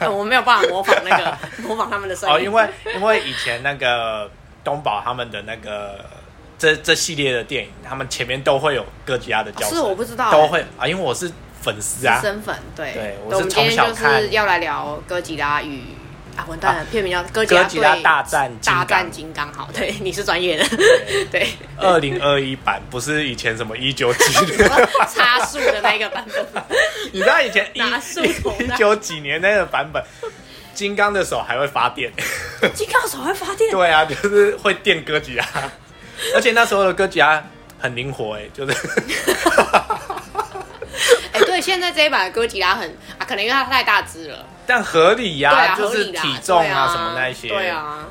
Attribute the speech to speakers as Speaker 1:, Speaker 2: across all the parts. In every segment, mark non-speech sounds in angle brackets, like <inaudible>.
Speaker 1: 呃 <laughs> 我没有办法模仿那个模仿他们的声音，
Speaker 2: <laughs> 哦，因为因为以前那个东宝他们的那个这这系列的电影，他们前面都会有各家的叫声，
Speaker 1: 是我不知道
Speaker 2: 都
Speaker 1: 欸
Speaker 2: 会啊，因为我是粉丝
Speaker 1: 是
Speaker 2: 啊，
Speaker 1: 身份对。
Speaker 2: 对我
Speaker 1: 我
Speaker 2: 是
Speaker 1: 们今天
Speaker 2: 从小
Speaker 1: 就是
Speaker 2: 看
Speaker 1: 要来聊哥吉拉与啊，完蛋了，片名叫《哥吉
Speaker 2: 哥
Speaker 1: 拉
Speaker 2: 吉拉
Speaker 1: 对
Speaker 2: 大战金
Speaker 1: 大
Speaker 2: 刚
Speaker 1: 战金刚》。好，对，你是专业的，对，
Speaker 2: 二零二一版不是以前什么一九几，
Speaker 1: <laughs> 插树的那个版本，
Speaker 2: 你知道以前一
Speaker 1: 拿树头
Speaker 2: 一
Speaker 1: 的
Speaker 2: 九几年那个版本，金刚的手还会发电。 <laughs>
Speaker 1: 金刚手会发电，
Speaker 2: 对啊，就是会电哥吉拉，而且那时候的哥吉拉很灵活哎、就是 <laughs>
Speaker 1: 哎、对，现在这一版的哥吉拉很啊，可能因为它太大只了，
Speaker 2: 但合理呀、
Speaker 1: 对啊，
Speaker 2: 就
Speaker 1: 合
Speaker 2: 是
Speaker 1: 理啦
Speaker 2: 体重
Speaker 1: 对啊
Speaker 2: 什么那一些，嗯
Speaker 1: 对啊，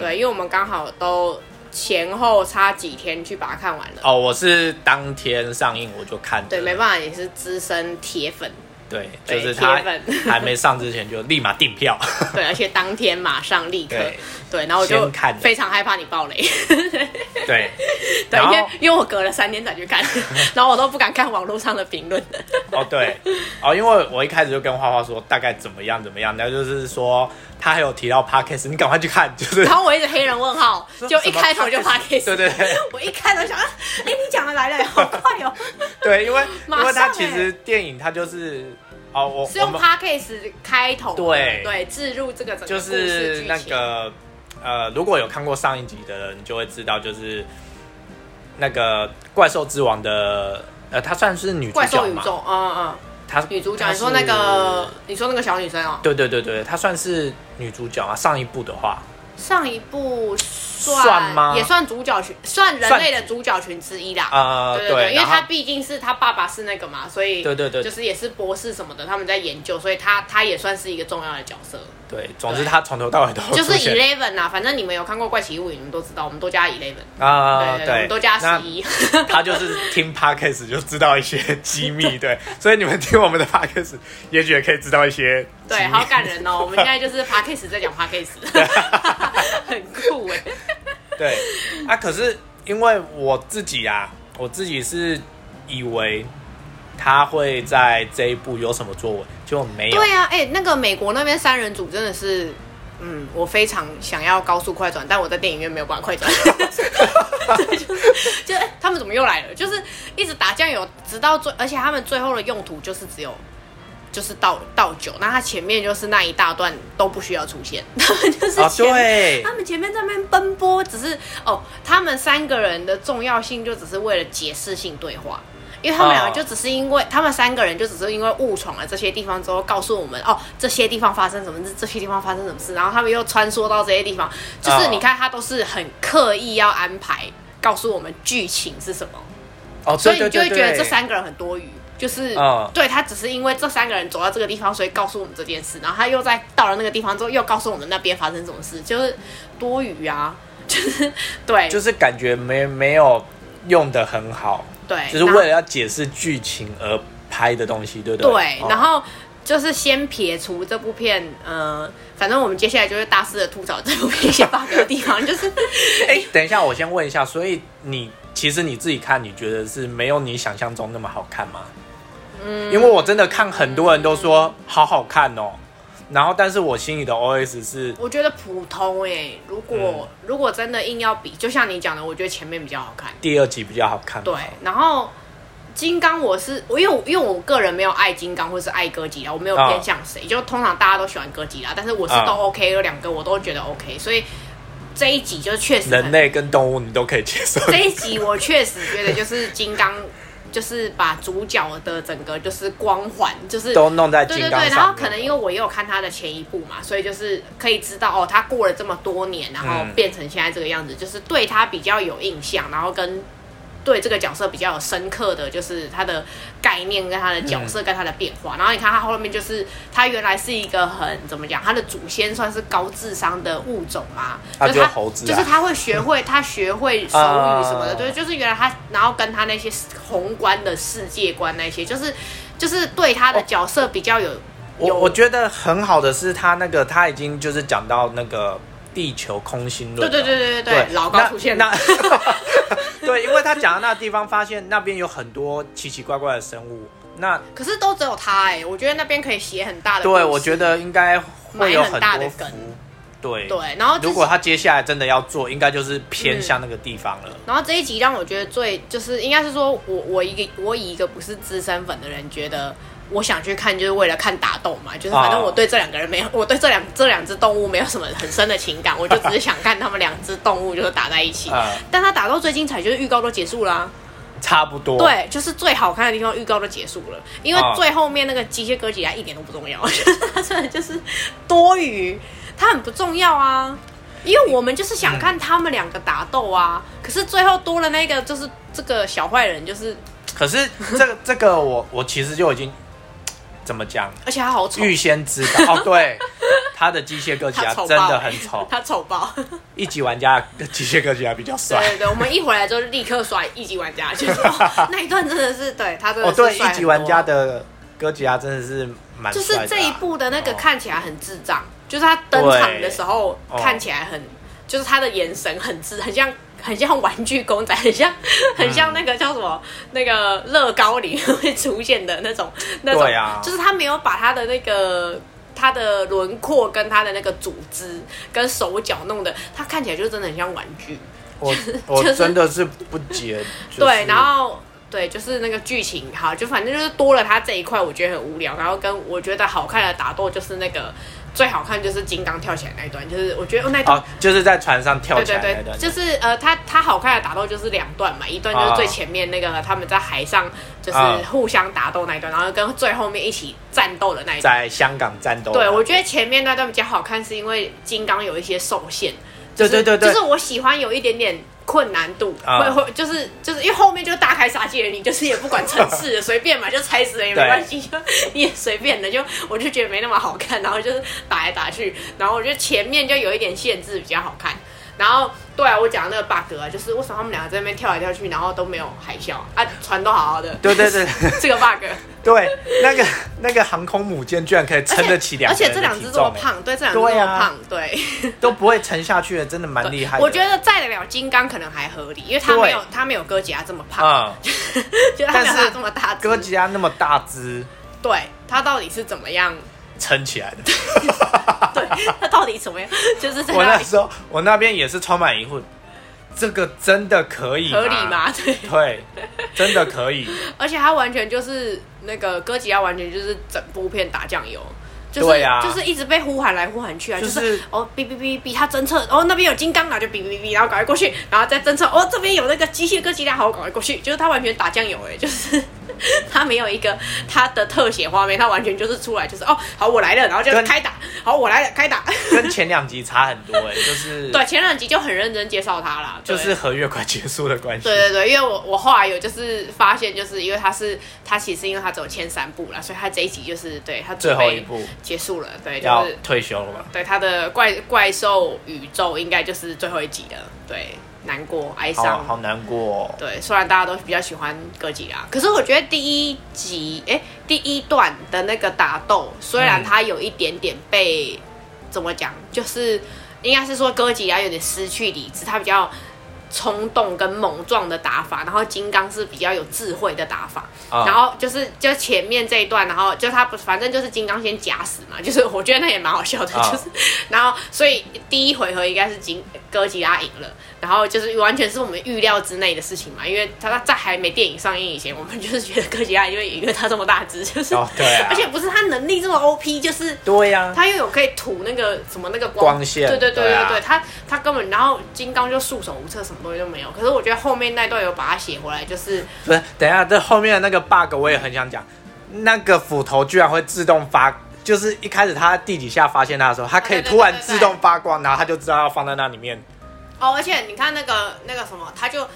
Speaker 1: 对，因为我们刚好都前后差几天去把它看完了，
Speaker 2: 哦，我是当天上映我就看的，
Speaker 1: 对，没办法，也是资深铁
Speaker 2: <laughs>
Speaker 1: 粉，
Speaker 2: 对，就
Speaker 1: 对
Speaker 2: 是他
Speaker 1: 铁粉
Speaker 2: 还没上之前就立马订
Speaker 1: <laughs>
Speaker 2: 票，
Speaker 1: 对，而且当天马上立刻，
Speaker 2: 对
Speaker 1: 对，然后我就
Speaker 2: 先看
Speaker 1: 非常害怕你
Speaker 2: <laughs>
Speaker 1: 爆雷，
Speaker 2: 对，
Speaker 1: 对，
Speaker 2: 然
Speaker 1: 因
Speaker 2: 后
Speaker 1: 为因为我隔了三天才
Speaker 2: <laughs>
Speaker 1: 去看，然后我都不敢看网络上的评论，
Speaker 2: 哦对，哦因为我一开始就跟花花说大概怎么样怎么样，然后就是说他还有提到 podcast，你赶快去看，就是 <laughs>
Speaker 1: 然后我一直黑人问号，就一开头就 p a k
Speaker 2: 对对对。
Speaker 1: <laughs> 我一开头想，啊哎、你讲的来
Speaker 2: <laughs>
Speaker 1: 了，好快哦，
Speaker 2: 对，因为
Speaker 1: 马上
Speaker 2: 因为它
Speaker 1: 欸
Speaker 2: 其实电影它就是哦，我
Speaker 1: 是
Speaker 2: 我
Speaker 1: 用
Speaker 2: 们
Speaker 1: podcast 开头的，
Speaker 2: 对
Speaker 1: 对，置入这个整个
Speaker 2: 就
Speaker 1: 故事
Speaker 2: 是
Speaker 1: 剧
Speaker 2: 那
Speaker 1: 情
Speaker 2: 个呃，如果有看过上一集的人就会知道，就是那个怪兽之王的呃，她算是女主
Speaker 1: 怪兽
Speaker 2: 角
Speaker 1: 宇
Speaker 2: 嘛，
Speaker 1: 宙，嗯嗯，
Speaker 2: 她
Speaker 1: 女主角，
Speaker 2: 她
Speaker 1: 你说
Speaker 2: 是
Speaker 1: 那个，你说那个小女生哦，
Speaker 2: 对对对对，她算是女主角啊。上一部的话，
Speaker 1: 上一部算
Speaker 2: 算吗
Speaker 1: 也算主角群，算人
Speaker 2: 算
Speaker 1: 类的主角群之一啦。
Speaker 2: 呃，
Speaker 1: 对对，因为
Speaker 2: 然后
Speaker 1: 他毕竟是他爸爸是那个嘛，所以
Speaker 2: 对对对
Speaker 1: 就是也是博士什么的，他们在研究，所以他他也算是一个重要的角
Speaker 2: <laughs>
Speaker 1: 色，
Speaker 2: 对，总之
Speaker 1: 对
Speaker 2: 她从头到尾都有
Speaker 1: 就是
Speaker 2: 出现
Speaker 1: Eleven 啊，反正你们有看过《怪奇物语》，你们都知道，我们都加 Eleven，
Speaker 2: 啊，
Speaker 1: 对，我们都加
Speaker 2: 那
Speaker 1: 十
Speaker 2: <laughs>
Speaker 1: 一，
Speaker 2: 他就是听 podcast 就知道一些机密，对，所以你们听我们的 podcast，也许也可以知道一些机密
Speaker 1: <laughs> 对，好感人哦。我们现在
Speaker 2: <laughs>
Speaker 1: 就是 p a d k a s 在讲 p a d k a s 很酷哎。
Speaker 2: 对啊，可是因为我自己啊，我自己是以为他会在这一部有什么作为，结果没有。
Speaker 1: 对啊，哎、那个美国那边三人组真的是，嗯，我非常想要高速快转，但我在电影院没有办法快
Speaker 2: <laughs>
Speaker 1: 转，对就是就是哎他们怎么又来了？就是一直打酱油，直到最，而且他们最后的用途就是只有。就是倒倒酒，那他前面就是那一大段都不需要出现， <laughs> 他们就是
Speaker 2: 啊，
Speaker 1: 前面
Speaker 2: 对
Speaker 1: 他们前面在那边奔波，只是哦，他们三个人的重要性就只是为了解释性对话，因为他们两
Speaker 2: 哦
Speaker 1: 个就只是因为、他们三个人就只是因为误闯了这些地方之后，告诉我们哦，这些地方发生什么事，这些地方发生什么事，然后他们又穿梭到这些地方，就是
Speaker 2: 哦
Speaker 1: 你看他都是很刻意要安排告诉我们剧情是什么，
Speaker 2: 哦，
Speaker 1: 所
Speaker 2: 对
Speaker 1: 以你
Speaker 2: 对
Speaker 1: 就会
Speaker 2: 对
Speaker 1: 觉得这
Speaker 2: 对，
Speaker 1: 三个人很多余。就是
Speaker 2: 哦
Speaker 1: 对他只是因为这三个人走到这个地方，所以告诉我们这件事，然后他又在到了那个地方之后，又告诉我们那边发生什么事，就是多余啊，就是对，
Speaker 2: 就是感觉没没有用的很好，
Speaker 1: 对，
Speaker 2: 就是
Speaker 1: 然后
Speaker 2: 为了要解释剧情而拍的东西，对不对？
Speaker 1: 对，
Speaker 2: 哦
Speaker 1: 然后就是先撇除这部片，呃，反正我们接下来就是大肆的吐槽这部片一些 bug 的地方，
Speaker 2: <laughs>
Speaker 1: 就是
Speaker 2: 哎、等一下，我先问一下，所以你其实你自己看，你觉得是没有你想象中那么好看吗？嗯，因为我真的看很多人都说好好看哦，然后但是我心里的 OS 是，
Speaker 1: 我觉得普通哎、如果、
Speaker 2: 嗯
Speaker 1: 如果真的硬要比，就像你讲的，我觉得前面比较好看。
Speaker 2: 第二集比较好看。
Speaker 1: 对，然后金刚我是我因为我因为我个人没有爱金刚或是爱哥吉拉，我没有
Speaker 2: 啊
Speaker 1: 偏向谁，就通常大家都喜欢哥吉拉，但是我是
Speaker 2: 啊
Speaker 1: 都 OK，、有两个我都觉得 OK，所以这一集就确实很
Speaker 2: 人类跟动物你都可以接受。
Speaker 1: <laughs> 这一集我确实觉得就是金刚。就是把主角的整个就是光环，就是
Speaker 2: <laughs> 都弄在
Speaker 1: 对
Speaker 2: 金
Speaker 1: 对
Speaker 2: 刚
Speaker 1: 对，
Speaker 2: 上面
Speaker 1: 然后可能因为我也有看他的前一部嘛，所以就是可以知道哦，他过了这么多年，然后
Speaker 2: 嗯
Speaker 1: 变成现在这个样子，就是对他比较有印象，然后跟对这个角色比较有深刻的就是他的概念跟他的角
Speaker 2: 嗯
Speaker 1: 色跟他的变化。然后你看他后面就是他原来是一个很怎么讲，他的祖先算是高智商的物种嘛，
Speaker 2: 啊
Speaker 1: 是他
Speaker 2: 就猴子啊
Speaker 1: 就是他会学会他学会手语什么的，
Speaker 2: 啊
Speaker 1: 对，就是原来他然后跟他那些宏观的世界观那些，就是就是对他的角色比较有。
Speaker 2: 我
Speaker 1: 有
Speaker 2: 我觉得很好的是他那个他已经就是讲到那个地球空心
Speaker 1: 对
Speaker 2: 论了。
Speaker 1: 对对对对对，老高出现
Speaker 2: 那
Speaker 1: 了， <laughs>
Speaker 2: 那对，因为他讲到那个地方，发现那边有很多奇奇怪怪的生物，那
Speaker 1: 可是都只有他哎、我觉得那边可以写很大的故事。
Speaker 2: 对我觉得应该会有
Speaker 1: 埋很
Speaker 2: 多
Speaker 1: 大的
Speaker 2: 伏
Speaker 1: 梗
Speaker 2: 对，
Speaker 1: 对，然后这
Speaker 2: 如果他接下来真的要做，应该就是偏向那个地方了。
Speaker 1: 然后这一集让我觉得最就是应该是说我我一个我以一个不是资深粉的人觉得。我想去看，就是为了看打斗嘛，就是反正
Speaker 2: 啊
Speaker 1: 我对这两个人没有，我对这两这两只动物没有什么很深的情感，我就只是想看他们两只动物就是打在一起。
Speaker 2: 啊
Speaker 1: 但他打到最精彩就是预告都结束啦、
Speaker 2: 差不多。，
Speaker 1: 对，就是最好看的地方，预告都结束了，因为
Speaker 2: 哦啊
Speaker 1: 最后面那个机械哥吉拉一点都不重要，就是它真的就是多余，它很不重要啊。因为我们就是想看他们两个打斗啊，可是最后多了那个就是这个小坏人，就是
Speaker 2: 可是这个这个我我其实就已经怎么讲，
Speaker 1: 而且他好丑，
Speaker 2: 预先知道哦。对，他的机械哥吉
Speaker 1: 他 <laughs>
Speaker 2: 拉
Speaker 1: 丑爆、
Speaker 2: 啊真的很
Speaker 1: 欸
Speaker 2: 丑，
Speaker 1: 他丑爆。
Speaker 2: 一级玩家的机械哥吉拉比较
Speaker 1: 对
Speaker 2: 帅。
Speaker 1: 对对，我们一回来就立刻刷一级玩家，就是哦那一段真的是对他真的
Speaker 2: 哦，
Speaker 1: 是
Speaker 2: 对，
Speaker 1: 帅
Speaker 2: 一
Speaker 1: 很
Speaker 2: 级玩
Speaker 1: 多
Speaker 2: 家的哥吉拉真的是蛮
Speaker 1: 就
Speaker 2: 帅的啊、
Speaker 1: 是这一部的那个
Speaker 2: 哦
Speaker 1: 看起来很智障，就是他登场的时候
Speaker 2: 对哦
Speaker 1: 看起来很，就是他的眼神很智，很像很像玩具公仔，很像 <laughs> 很像那个叫什么、那个乐高里面会出现的那种那种，
Speaker 2: 对啊
Speaker 1: 就是他没有把他的那个。他的轮廓跟他的那个组织跟手脚弄的，他看起来就真的很像玩具。 <laughs>
Speaker 2: 我我
Speaker 1: 就是
Speaker 2: 真的是不解。就是
Speaker 1: 对，然后对，就是那个剧情，好，就反正就是多了它这一块，我觉得很无聊。然后跟我觉得好看的打斗就是那个最好看就是金刚跳起来那一段，就是我觉得、哦、那一段。
Speaker 2: 哦，就是在船上跳
Speaker 1: 对
Speaker 2: 起
Speaker 1: 对
Speaker 2: 来
Speaker 1: 对
Speaker 2: 那，段，
Speaker 1: 就是呃，它它好看的打斗就是两段嘛，一段就是最前面那个他们在海上就是
Speaker 2: 啊
Speaker 1: 互相打斗那一段，然后跟最后面一起战斗的那一段。
Speaker 2: 在香港战斗。啊
Speaker 1: 对，我觉得前面那段比较好看，是因为金刚有一些受限，
Speaker 2: 对
Speaker 1: 就是
Speaker 2: 对对对
Speaker 1: 就是我喜欢有一点点困难度，
Speaker 2: 啊
Speaker 1: 会会就是就是因为后面就大开杀戒了，你就是也不管城市了随便嘛，就踩死人也没
Speaker 2: 对
Speaker 1: 关系，就你也随便的，就我就觉得没那么好看，然后就是打来打去，然后我觉得前面就有一点限制比较好看。然后，对啊，我讲的那个 bug 啊，就是为什么他们两个在那边跳来跳去，然后都没有海啸啊，船都好好的。
Speaker 2: 对对对 <laughs>
Speaker 1: 这个 bug。
Speaker 2: 对，那个那个航空母舰居然可以撑得起两
Speaker 1: 而
Speaker 2: 个
Speaker 1: 且
Speaker 2: 人
Speaker 1: 这
Speaker 2: 的
Speaker 1: 两
Speaker 2: 体
Speaker 1: 只这么
Speaker 2: 重欸，
Speaker 1: 胖，对，这两只这
Speaker 2: 对
Speaker 1: 么
Speaker 2: 啊
Speaker 1: 胖，对。
Speaker 2: 都不会沉下去的，真的蛮厉害的。
Speaker 1: 我觉得载得了金刚可能还合理，因为他
Speaker 2: 对
Speaker 1: 没有他没有哥吉拉这么胖，
Speaker 2: 啊，
Speaker 1: 就他没有
Speaker 2: 但是
Speaker 1: 他这么大只。
Speaker 2: 哥吉拉那么大只
Speaker 1: 对他到底是怎么
Speaker 2: <laughs>
Speaker 1: 样？
Speaker 2: 撑起来的。
Speaker 1: 对他到底怎么样？就是在
Speaker 2: <laughs> 我
Speaker 1: 那
Speaker 2: 那
Speaker 1: 里
Speaker 2: 时候我那边也是充满疑惑，这个真的可以
Speaker 1: 合理？吗？对，
Speaker 2: 对，真的可
Speaker 1: <laughs>
Speaker 2: 以。
Speaker 1: 而且他完全就是那个哥吉拉，完全就是整部片打酱油。就是、
Speaker 2: 对啊
Speaker 1: 就是一直被呼喊来呼喊去啊，就、
Speaker 2: 就是是
Speaker 1: 哦哔哔哔哔，他侦测哦那边有金刚，然后就哔哔哔，然后赶快过去，然后再侦测哦这边有那个机械哥吉拉，好赶快过去，就是他完全打酱油哎、就是 <laughs> 他没有一个他的特写画面，他完全就是出来就是哦好我来了，然后就
Speaker 2: 跟
Speaker 1: 开打，好我来了开打，
Speaker 2: 跟前两集差很多哎、就是
Speaker 1: 对前两集就很认真介绍他啦，对
Speaker 2: 就是合约快结束的关系。
Speaker 1: 对对对，因为我我后来有就是发现，就是因为他是他其实因为他只有签三部啦，所以他这一集就是对他
Speaker 2: 最
Speaker 1: 准
Speaker 2: 后一
Speaker 1: 备
Speaker 2: 步
Speaker 1: 结束了，对，就
Speaker 2: 要
Speaker 1: 是
Speaker 2: 退休了嘛？
Speaker 1: 对他的怪怪兽宇宙应该就是最后一集了，对，难过哀
Speaker 2: 好
Speaker 1: 伤。
Speaker 2: 好难过、哦。
Speaker 1: 对，虽然大家都比较喜欢哥吉拉，可是我觉得第一集，哎、第一段的那个打斗，虽然
Speaker 2: 嗯
Speaker 1: 它有一点点被、怎么讲，就是应该是说哥吉拉有点失去理智，他比较冲动跟猛撞的打法，然后金刚是比较有智慧的打法，
Speaker 2: 啊
Speaker 1: 然后就是就前面这一段，然后就他不反正就是金刚先假死嘛，就是我觉得那也蛮好笑的，<laughs>
Speaker 2: 啊
Speaker 1: 就是然后所以第一回合应该是金呃哥吉拉赢了，然后就是完全是我们预料之内的事情嘛，因为他在还没电影上映以前，我们就是觉得哥吉拉因为因为他这么大只，就是、
Speaker 2: 哦，对啊，
Speaker 1: 而且不是他能力这么 OP，就是
Speaker 2: 对呀、
Speaker 1: 他又有可以吐那个什么那个光
Speaker 2: 光线
Speaker 1: 对对对
Speaker 2: 对啊
Speaker 1: 对，他他根本然后金刚就束手无策，什么东西都没有。可是我觉得后面那段有把它写回来，就是
Speaker 2: 不是，等一下，这后面的那个 bug 我也很想讲，那个斧头居然会自动发，就是一开始他地底下发现它的时候，它可以
Speaker 1: 啊对对
Speaker 2: 突然
Speaker 1: 对对对
Speaker 2: 自动发光，然后他就知道要放在那里面。
Speaker 1: 哦，而且你看那个那个什么，他就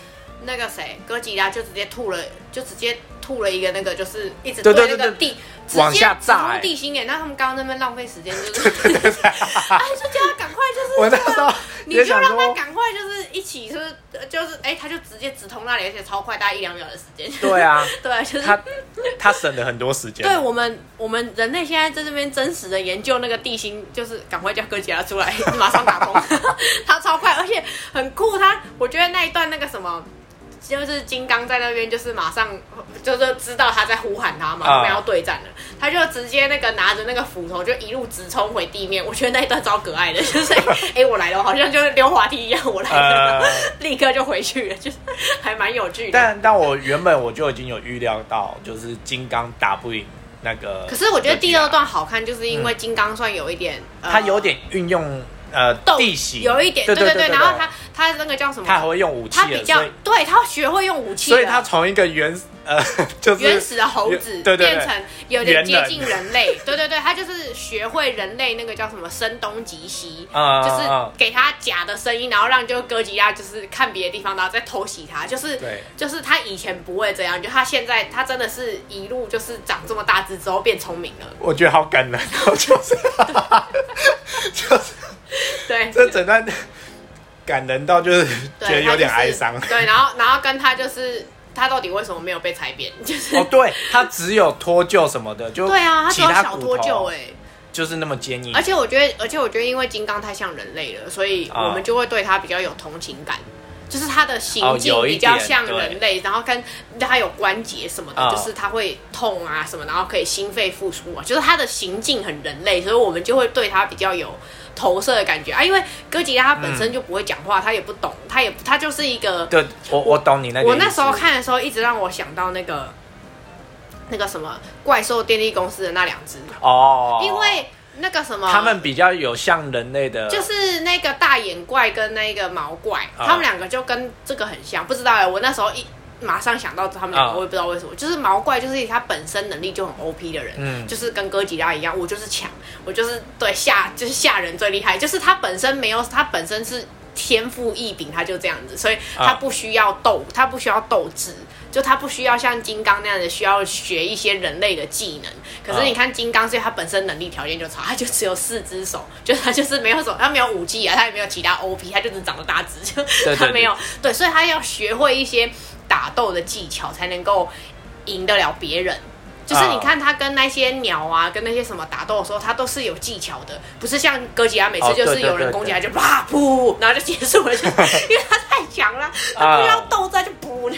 Speaker 1: 那个谁哥吉拉就直接吐了，就直接吐了一个那个就是一直
Speaker 2: 对对
Speaker 1: 那
Speaker 2: 对
Speaker 1: 个地
Speaker 2: 对
Speaker 1: 直接
Speaker 2: 往下炸
Speaker 1: 直
Speaker 2: 欸
Speaker 1: 通地心眼，哎那他们刚刚在那边浪费时
Speaker 2: <laughs>
Speaker 1: 间，就是 <laughs> 哎，就叫他赶快就是
Speaker 2: 我那
Speaker 1: 对啊
Speaker 2: 时候
Speaker 1: <laughs> 你
Speaker 2: 也
Speaker 1: 就
Speaker 2: 想
Speaker 1: 让他
Speaker 2: 说，
Speaker 1: 赶快就是一起就是就是哎、他就直接直通那里，而且超快，大概一两秒的时间。
Speaker 2: 对啊，
Speaker 1: <laughs> 对，就是
Speaker 2: 他他省了很多时间。
Speaker 1: 对我们，我们人类现在在这边真实的研究那个地心，就是赶快叫哥吉拉出来， <laughs>
Speaker 2: <laughs>
Speaker 1: 马上打通，他超快，而且很酷。他我觉得那一段那个什么，就是金刚在那边就是马上就是知道他在呼喊他嘛，
Speaker 2: 啊
Speaker 1: 他们要对战了，他就直接那个拿着那个斧头就一路直冲回地面。我觉得那一段超可爱的， <laughs> 就是哎、我来了，我好像就是溜滑梯一样，我来了，
Speaker 2: 呃，
Speaker 1: 立刻就回去了，就是 <laughs> 还蛮有趣的。
Speaker 2: 但但我原本我就已经有预料到，就是金刚打不赢那个。
Speaker 1: 可是我觉得第二
Speaker 2: 段
Speaker 1: 段好看，就是因为金刚算有一点，呃
Speaker 2: 啊嗯他有点运用呃
Speaker 1: 斗
Speaker 2: 地形，
Speaker 1: 有一点，
Speaker 2: 对
Speaker 1: 对
Speaker 2: 对
Speaker 1: 然后他他那个叫什么？
Speaker 2: 他还会用武器
Speaker 1: 他
Speaker 2: 了，
Speaker 1: 比较
Speaker 2: 所以
Speaker 1: 对他学会用武器了，
Speaker 2: 所以他从一个原呃 <laughs> 就是
Speaker 1: 原始的猴子
Speaker 2: 原对对对
Speaker 1: 变成有点接近人类， <laughs> 对对对，他就是学会人类那个叫什么声东击西，
Speaker 2: 啊
Speaker 1: 就是给他假的声音，然后让就哥吉拉就是看别的地方，然后再偷袭他，就是
Speaker 2: 对
Speaker 1: 就是他以前不会这样，就他现在他真的是一路就是长这么大只之后变聪明了，
Speaker 2: 我觉得好感人 <laughs> 哦，就是就是
Speaker 1: 对。
Speaker 2: 这整段感人到就是
Speaker 1: 对
Speaker 2: 觉得有点哀伤。
Speaker 1: 他就是对，然后然后跟他就是他到底为什么没有被踩扁， <laughs> 就是、
Speaker 2: <laughs> 哦，对，他只有脱臼什么的，就
Speaker 1: 对啊，他
Speaker 2: 其
Speaker 1: 只有
Speaker 2: 他
Speaker 1: 小
Speaker 2: 骨
Speaker 1: 脱臼
Speaker 2: 头嗯
Speaker 1: 哎、
Speaker 2: 就是那么坚硬
Speaker 1: 而。且我觉得，而且我觉得，因为金刚太像人类了，所以我
Speaker 2: 啊
Speaker 1: 们就会对他比较有同情感，就是他的行
Speaker 2: 哦
Speaker 1: 径
Speaker 2: 有一
Speaker 1: 比较
Speaker 2: 点
Speaker 1: 像
Speaker 2: 对
Speaker 1: 人类，然后跟他有关节什么的，
Speaker 2: 啊
Speaker 1: 就是他会痛啊什么，然后可以心肺复苏啊，就是他的行径很人类，所以我们就会对他比较有投射的感觉啊。因为哥吉拉他本
Speaker 2: 嗯
Speaker 1: 身就不会讲话，他也不懂，他也他就是一个
Speaker 2: 对，我我懂你那个。
Speaker 1: 我那时候，看的时候，一直让我想到那个那个什么怪兽电力公司的那两只，
Speaker 2: 哦，
Speaker 1: 因为那个什么
Speaker 2: 他们比较有像人类的，
Speaker 1: 就是那个大眼怪跟那个毛怪，
Speaker 2: 啊
Speaker 1: 他们两个就跟这个很像，不知道哎、我那时候一。马上想到他们两个，
Speaker 2: 啊
Speaker 1: 我也不知道为什么，就是毛怪，就是他本身能力就很 OP 的人，
Speaker 2: 嗯
Speaker 1: 就是跟哥吉拉一样，我就是强，我就是对吓，就是吓人最厉害，就是他本身没有，他本身是天赋异禀，他就这样子，所以他
Speaker 2: 啊
Speaker 1: 不需要斗，他不需要斗志，就他不需要像金刚那样的需要学一些人类的技能。可是
Speaker 2: 啊
Speaker 1: 你看金刚，所以他本身能力条件就差，他就只有四只手，就是他就是没有手，他没有武器啊，他也没有其他 OP，他就只长得大只，就
Speaker 2: 对对
Speaker 1: 他没有对，所以他要学会一些打斗的技巧，才能够赢得了别人。就是你
Speaker 2: 啊
Speaker 1: 看他跟那些鸟啊，跟那些什么打斗的时候，他都是有技巧的，不是像哥吉拉每次
Speaker 2: 哦
Speaker 1: 就是
Speaker 2: 对对
Speaker 1: 有人
Speaker 2: 对
Speaker 1: 攻击
Speaker 2: 对
Speaker 1: 他就啪噗，然后就结束了，就是因为他太强了，他不需要
Speaker 2: 啊
Speaker 1: 斗争就噗，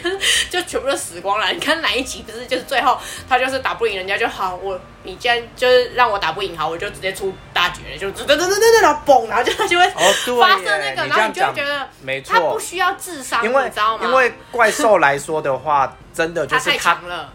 Speaker 1: 就全部都死光了。你看哪一集不是就是最后他就是打不赢人家就好，我你既然就是让我打不赢好，我就直接出大绝，就噔噔噔噔噔，然后嘣，然后就他就会
Speaker 2: 哦对耶
Speaker 1: 发射那个，
Speaker 2: 你
Speaker 1: 然后你就
Speaker 2: 这
Speaker 1: 会
Speaker 2: 样
Speaker 1: 觉得
Speaker 2: 讲没
Speaker 1: 他不
Speaker 2: 错，
Speaker 1: 需要智商，
Speaker 2: 因为
Speaker 1: 你知道吗？
Speaker 2: 因为怪兽来说
Speaker 1: <laughs>
Speaker 2: 的话，真的就
Speaker 1: 他
Speaker 2: 是
Speaker 1: 太
Speaker 2: 他
Speaker 1: 强了。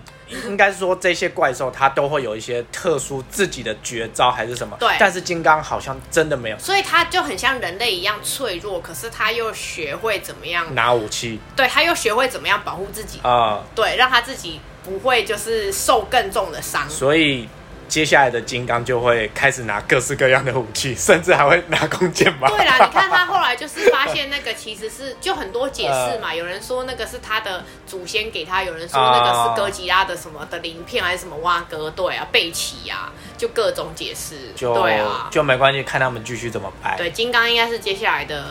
Speaker 2: 应该说这些怪兽它都会有一些特殊自己的绝招还是什么，
Speaker 1: 对
Speaker 2: 但是金刚好像真的没有
Speaker 1: 所以他就很像人类一样脆弱，可是他又学会怎么样，
Speaker 2: 拿武器
Speaker 1: 对，他又学会怎么样保护自己，
Speaker 2: 啊、
Speaker 1: 对，让他自己不会就是受更重的伤。
Speaker 2: 所以接下来的金刚就会开始拿各式各样的武器，甚至还会拿弓箭吧。
Speaker 1: 对啦，你看他后来就是发现那个其实是就很多解释
Speaker 2: 嗯
Speaker 1: 嘛，有人说那个是他的祖先给他，有人说那
Speaker 2: 啊
Speaker 1: 个是哥吉拉的什么的鳞片还是什么蛙哥，对啊，贝奇啊，就各种解释，
Speaker 2: <laughs> 就
Speaker 1: 对啊，
Speaker 2: 就没关系，看他们继续怎么掰。
Speaker 1: 对，金刚应该是接下来的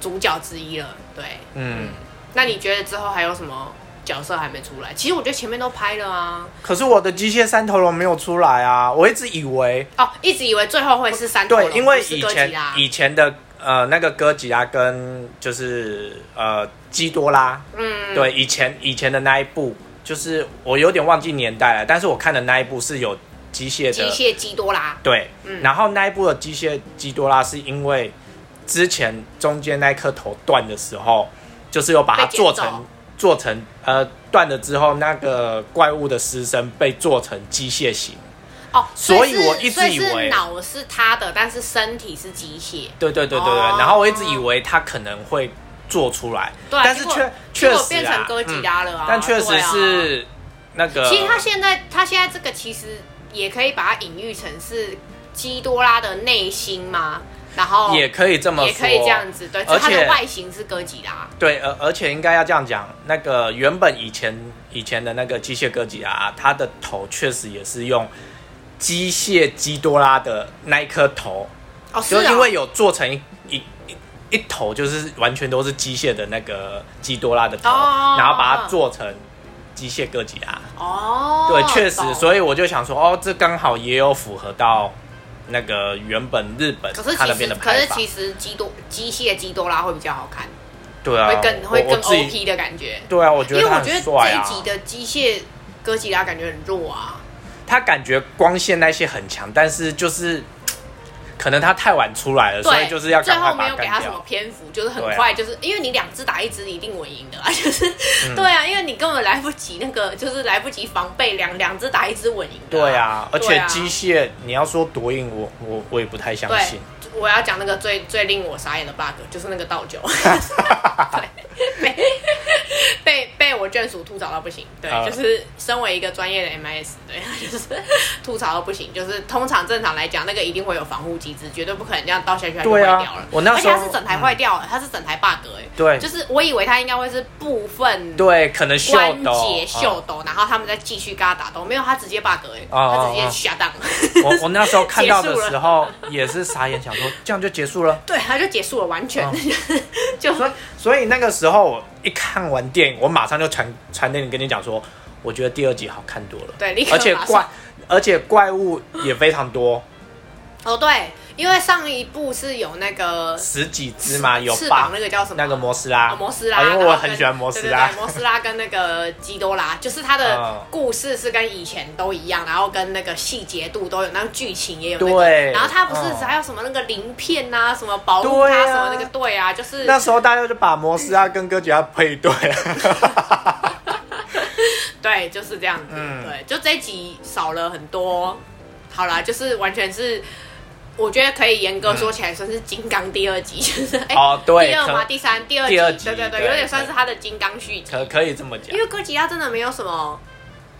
Speaker 1: 主角之一了，对。
Speaker 2: 嗯，
Speaker 1: 那你觉得之后还有什么角色还没出来？其实我觉得前面都拍了啊。
Speaker 2: 可是我的机械三头龙没有出来啊，我一直以为
Speaker 1: 哦，一直以为最后会是三头
Speaker 2: 对
Speaker 1: 龙，
Speaker 2: 因为
Speaker 1: 不是
Speaker 2: 以
Speaker 1: 哥
Speaker 2: 前
Speaker 1: 吉拉
Speaker 2: 以前的呃那个哥吉拉跟就是呃基多拉，
Speaker 1: 嗯，
Speaker 2: 对，以前以前的那一部，就是我有点忘记年代了，但是我看的那一部是有机械
Speaker 1: 机
Speaker 2: 的，
Speaker 1: 械基多拉，
Speaker 2: 对，
Speaker 1: 嗯
Speaker 2: 然后那一部的机械基多拉是因为之前中间那一颗头断的时候，就是有把它
Speaker 1: 被捡
Speaker 2: 做
Speaker 1: 走
Speaker 2: 成做成呃断了之后，那个怪物的尸身被做成机械型，
Speaker 1: 哦，
Speaker 2: 所以
Speaker 1: 是
Speaker 2: 我一直
Speaker 1: 所
Speaker 2: 以为
Speaker 1: 是脑是他的，但是身体是机械。
Speaker 2: 对对对对对，
Speaker 1: 哦
Speaker 2: 然后我一直以为它可能会做出来，
Speaker 1: 对啊
Speaker 2: 但是
Speaker 1: 结果
Speaker 2: 确
Speaker 1: 结
Speaker 2: 确
Speaker 1: 果
Speaker 2: 实
Speaker 1: 变成
Speaker 2: 啊，
Speaker 1: 哥吉
Speaker 2: 嗯
Speaker 1: 拉了啊，
Speaker 2: 但确
Speaker 1: 对
Speaker 2: 实
Speaker 1: 啊。
Speaker 2: 是呃那个，
Speaker 1: 其实他现在他现在这个其实也可以把它隐喻成是基多拉的内心嘛，然后
Speaker 2: 也可以这么说，
Speaker 1: 也可以这样子，对，就
Speaker 2: 而
Speaker 1: 它的
Speaker 2: 且
Speaker 1: 外形是哥吉拉，
Speaker 2: 对，而而且应该要这样讲，那个原本以前以前的那个机械哥吉拉，它的头确实也是用机械基多拉的那一颗头，
Speaker 1: 哦，是
Speaker 2: 就
Speaker 1: 啊
Speaker 2: 因为有做成一一一一头，就是完全都是机械的那个基多拉的头，
Speaker 1: 哦
Speaker 2: 然后把它做成机械哥吉拉。
Speaker 1: 哦，
Speaker 2: 对，确实，
Speaker 1: 懂
Speaker 2: 所以我就想说，哦，这刚好也有符合到那个原本日本
Speaker 1: 可是
Speaker 2: 它那
Speaker 1: 其
Speaker 2: 边
Speaker 1: 实
Speaker 2: 的
Speaker 1: 可
Speaker 2: 拍
Speaker 1: 是
Speaker 2: 法
Speaker 1: 其。实基多机械基多拉会比较好看，
Speaker 2: 对啊，
Speaker 1: 会更
Speaker 2: 我
Speaker 1: 会
Speaker 2: 我
Speaker 1: 更
Speaker 2: 自
Speaker 1: OP
Speaker 2: 己
Speaker 1: 的感觉。
Speaker 2: 对啊，我觉
Speaker 1: 因
Speaker 2: 得
Speaker 1: 为
Speaker 2: 他
Speaker 1: 我
Speaker 2: 很
Speaker 1: 觉得
Speaker 2: 帅
Speaker 1: 这一
Speaker 2: 啊，
Speaker 1: 集的机械哥吉拉感觉很弱啊，
Speaker 2: 他感觉光线那些很强，但是就是可能他太晚出来了，所以
Speaker 1: 对，
Speaker 2: 就是要
Speaker 1: 最
Speaker 2: 赶快
Speaker 1: 后没
Speaker 2: 把
Speaker 1: 有
Speaker 2: 它
Speaker 1: 给他
Speaker 2: 干
Speaker 1: 什么
Speaker 2: 掉。
Speaker 1: 篇幅，就是很
Speaker 2: 对啊
Speaker 1: 快，就是因为你两只打一只一定稳赢的啊， <laughs> 就是、
Speaker 2: 嗯
Speaker 1: 对啊，因为你根本来不及那个，就是来不及防备两两只打一只稳赢的、
Speaker 2: 对啊，而
Speaker 1: 对
Speaker 2: 且
Speaker 1: 啊
Speaker 2: 机械你要说夺印，我我我也不太相
Speaker 1: 对
Speaker 2: 信。，
Speaker 1: 我要讲那个最最令我傻眼的 bug，就是那个倒
Speaker 2: <laughs>
Speaker 1: 酒，对，被被被我眷属吐槽到不行。对，
Speaker 2: 啊
Speaker 1: 就是身为一个专业的 MS，对， <laughs> 就是吐槽到不行。就是通常正常来讲，那个一定会有防护机制，绝对不可能这样倒下去它就坏
Speaker 2: 对啊
Speaker 1: 掉了。
Speaker 2: 我那时候嗯
Speaker 1: 而且它是整台坏掉了，它是整台 bug 哎、
Speaker 2: 对
Speaker 1: 就是我以为它应该会是部分。
Speaker 2: 对，可能秀
Speaker 1: 关
Speaker 2: 斗
Speaker 1: 节
Speaker 2: 嗯
Speaker 1: 秀抖，然后他们再继续跟他打斗，没有，他直接 bug 哎、
Speaker 2: 啊啊
Speaker 1: 他直接
Speaker 2: 啊
Speaker 1: 下档。
Speaker 2: 我我那时候看到的
Speaker 1: <laughs> 结束了
Speaker 2: 时候也是傻眼，想说这样就结束了。
Speaker 1: <laughs> 对，他就结束了，完全、
Speaker 2: 哦
Speaker 1: <laughs> 就
Speaker 2: 所以所以那个时候我一看完电影，我马上就传传电影跟你讲说，我觉得第二集好看多了。
Speaker 1: 对立刻
Speaker 2: 而且
Speaker 1: 马上
Speaker 2: 怪而且怪物也非常多，
Speaker 1: 哦，对，因为上一部是有那个
Speaker 2: 十几只嘛，有
Speaker 1: 翅
Speaker 2: 吧
Speaker 1: 膀那？个叫什么？
Speaker 2: 那个摩斯拉，
Speaker 1: 哦摩斯拉，
Speaker 2: 啊因为
Speaker 1: 然
Speaker 2: 我
Speaker 1: 后跟
Speaker 2: 很喜欢摩斯拉 <laughs>
Speaker 1: 对对对，摩斯拉跟那个基多拉，就是它的
Speaker 2: 嗯
Speaker 1: 故事是跟以前都一样，然后跟那个细节度都有，那个剧情也有那个。
Speaker 2: 对
Speaker 1: 然后它不是
Speaker 2: 嗯
Speaker 1: 还有什么那个鳞片啊，什么保护
Speaker 2: 对
Speaker 1: 它
Speaker 2: 啊
Speaker 1: 什么那个对啊，就是
Speaker 2: 那时候大家就把摩斯拉跟哥吉拉配对，
Speaker 1: <laughs> 对，就是这样子。
Speaker 2: 嗯
Speaker 1: 对，就这一集少了很多。好啦，就是完全是，我觉得可以严格说起
Speaker 2: 嗯
Speaker 1: 来，算是《金刚》第二集，就是哎、
Speaker 2: 哦对
Speaker 1: 第二嘛，
Speaker 2: 可
Speaker 1: 第三、第二
Speaker 2: 第二集
Speaker 1: 对对对，
Speaker 2: 对
Speaker 1: 有点算是他的金刚续集。
Speaker 2: 可可以这啊么讲
Speaker 1: 因，为哥吉拉真的没有什么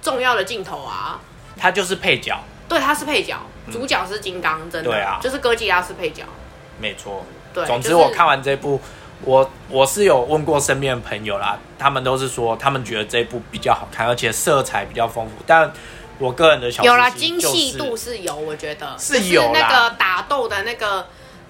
Speaker 1: 重要的镜头啊，
Speaker 2: 他就是配角，
Speaker 1: 对，他是配角，主角是金刚，真的，
Speaker 2: 嗯对啊
Speaker 1: 就是哥吉拉是配角，
Speaker 2: 没错。
Speaker 1: 对
Speaker 2: 总之
Speaker 1: 就是
Speaker 2: 我看完这部，我我是有问过身边的朋友啦，他们都是说他们觉得这部比较好看，而且色彩比较丰富。但我个人的小
Speaker 1: 有啦，
Speaker 2: 私
Speaker 1: 精
Speaker 2: 心就是
Speaker 1: 细度是有，我觉得
Speaker 2: 是有
Speaker 1: 就是
Speaker 2: 啦
Speaker 1: 那个打斗的那个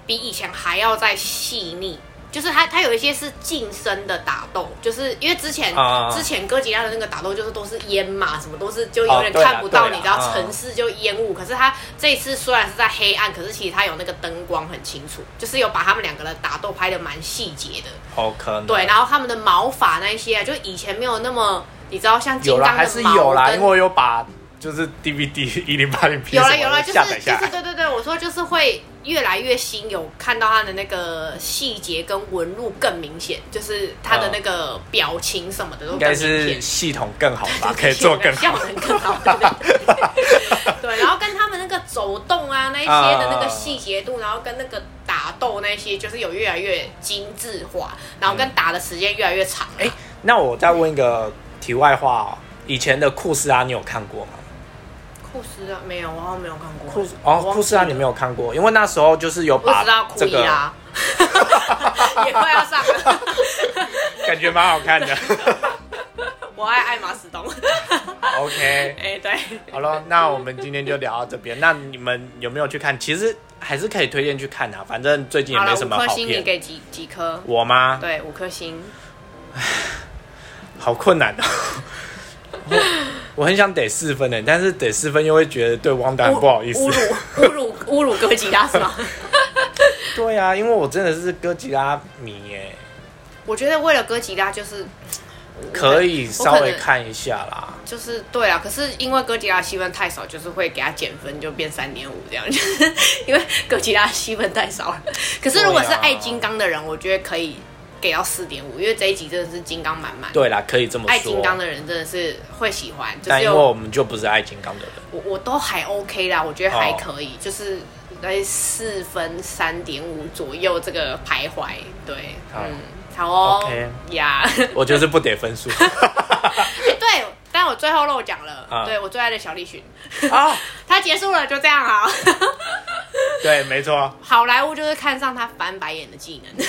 Speaker 1: 比以前还要再细腻。就是它，它有一些是近身的打斗，就是因为之前、
Speaker 2: 啊
Speaker 1: 之前哥吉拉的那个打斗就是都是烟嘛，什么都是就有点
Speaker 2: 哦对啦
Speaker 1: 看不到，
Speaker 2: 对啦
Speaker 1: 你知道
Speaker 2: 啊
Speaker 1: 城市就烟雾。可是它这一次虽然是在黑暗，可是其实它有那个灯光很清楚，就是有把他们两个的打斗拍的蛮细节的。
Speaker 2: 哦，可能
Speaker 1: 对，然后他们的毛发那一些、啊，就以前没有那么，你知道像金
Speaker 2: 有啦，
Speaker 1: 刚
Speaker 2: 还
Speaker 1: 的
Speaker 2: 是
Speaker 1: 毛
Speaker 2: 有啦，
Speaker 1: 跟
Speaker 2: 因为我有把就是 DVD 一零八零 P
Speaker 1: 有了有了，就是
Speaker 2: 下载
Speaker 1: 就
Speaker 2: 下
Speaker 1: 是
Speaker 2: 来。
Speaker 1: 对对对，我说就是会越来越新，有看到他的那个细节跟纹路更明显，就是他的那个表情什么的都更
Speaker 2: 应该
Speaker 1: 明显
Speaker 2: 是系统更好吧，可以做更
Speaker 1: 效
Speaker 2: 好。
Speaker 1: 能更好。对对对对，然后跟他们那个走动啊那一些的那个细节度，然后跟那个打斗那些，就是有越来越精致化，然后跟打的时间越来越长。哎、
Speaker 2: 那我再问一个题外话哦，以前的库斯拉你有看过吗？
Speaker 1: 库斯拉没有，啊我好像没有看过。
Speaker 2: 库斯哦，库斯拉你没有看过，因为那时候就是有
Speaker 1: 我
Speaker 2: 把
Speaker 1: 知道库
Speaker 2: 这
Speaker 1: 伊
Speaker 2: 个
Speaker 1: 拉。 <laughs> 也快要上了，
Speaker 2: 感觉蛮好看的。 <laughs>
Speaker 1: 我爱爱马仕东。
Speaker 2: OK，
Speaker 1: <laughs> 哎、对，
Speaker 2: 好了，那我们今天就聊到这边。那你们有没有去看？其实还是可以推荐去看啊，反正最近也
Speaker 1: 好了，
Speaker 2: 没什
Speaker 1: 五
Speaker 2: 么
Speaker 1: 颗
Speaker 2: 好
Speaker 1: 星你
Speaker 2: 片。
Speaker 1: 给几几颗？
Speaker 2: 我吗？
Speaker 1: 对，五颗星。
Speaker 2: 好困难哦。 <laughs> 我我很想得四分的，欸但是得四分又会觉得对汪达很不好意
Speaker 1: 侮
Speaker 2: 思。
Speaker 1: 辱侮辱侮辱哥吉拉是
Speaker 2: <laughs>
Speaker 1: 吗？
Speaker 2: 对啊，因为我真的是哥吉拉迷耶，
Speaker 1: 我觉得为了哥吉拉就是
Speaker 2: 可以
Speaker 1: 我可
Speaker 2: 稍微
Speaker 1: 能
Speaker 2: 看一下啦。
Speaker 1: 就是对啊，可是因为哥吉拉戏份太少，就是会给他减分，就变三点五这样， <laughs> 就是因为哥吉拉戏份太少了。可是如果是
Speaker 2: 对啊
Speaker 1: 爱金刚的人，我觉得可以给到四点五，因为这一集真的是金刚满满。
Speaker 2: 对啦，可以这么
Speaker 1: 爱金
Speaker 2: 说。
Speaker 1: 刚的人真的是会喜欢，就
Speaker 2: 但
Speaker 1: 是
Speaker 2: 因
Speaker 1: 有
Speaker 2: 为我们就不是爱金刚的人，
Speaker 1: 我我都还 OK 啦，我觉得还
Speaker 2: 哦
Speaker 1: 可以，就是在四分三点五左右这个徘徊。对，
Speaker 2: 好
Speaker 1: 嗯，好哦
Speaker 2: OK，
Speaker 1: 呀， <laughs>
Speaker 2: 我就是不得分数
Speaker 1: 对，但我最后漏讲了，
Speaker 2: 啊
Speaker 1: 对我最爱的小栗旬，
Speaker 2: 啊。
Speaker 1: 他结束了，就这样啊。 <laughs>
Speaker 2: 对，没错。
Speaker 1: 好莱坞就是看上他翻白眼的技
Speaker 2: <laughs>
Speaker 1: 能，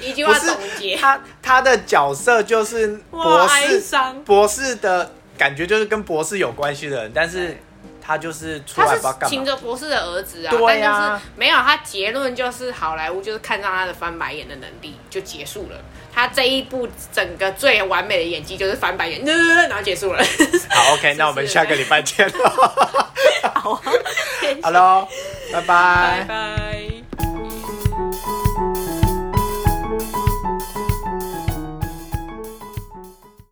Speaker 1: 一句
Speaker 2: 不
Speaker 1: 话
Speaker 2: 是
Speaker 1: 总结。
Speaker 2: 他他的角色就是
Speaker 1: 哇
Speaker 2: 博
Speaker 1: 哀
Speaker 2: 士
Speaker 1: 伤，
Speaker 2: 博士的感觉就是跟博士有关系的人，但是他就是出来
Speaker 1: 他
Speaker 2: 不
Speaker 1: 是
Speaker 2: 知道干
Speaker 1: 秦
Speaker 2: 嘛。
Speaker 1: 哲博士的儿子啊，
Speaker 2: 对啊
Speaker 1: 但就是没有他结论就是好莱坞就是看上他的翻白眼的能力就结束了。他这一部整个最完美的演技就是翻白眼， <laughs> 然后结束了。
Speaker 2: 好，OK，那我
Speaker 1: <laughs>
Speaker 2: 们下个礼拜见喽。
Speaker 1: 好啊，
Speaker 2: 好喽，拜
Speaker 1: 拜拜。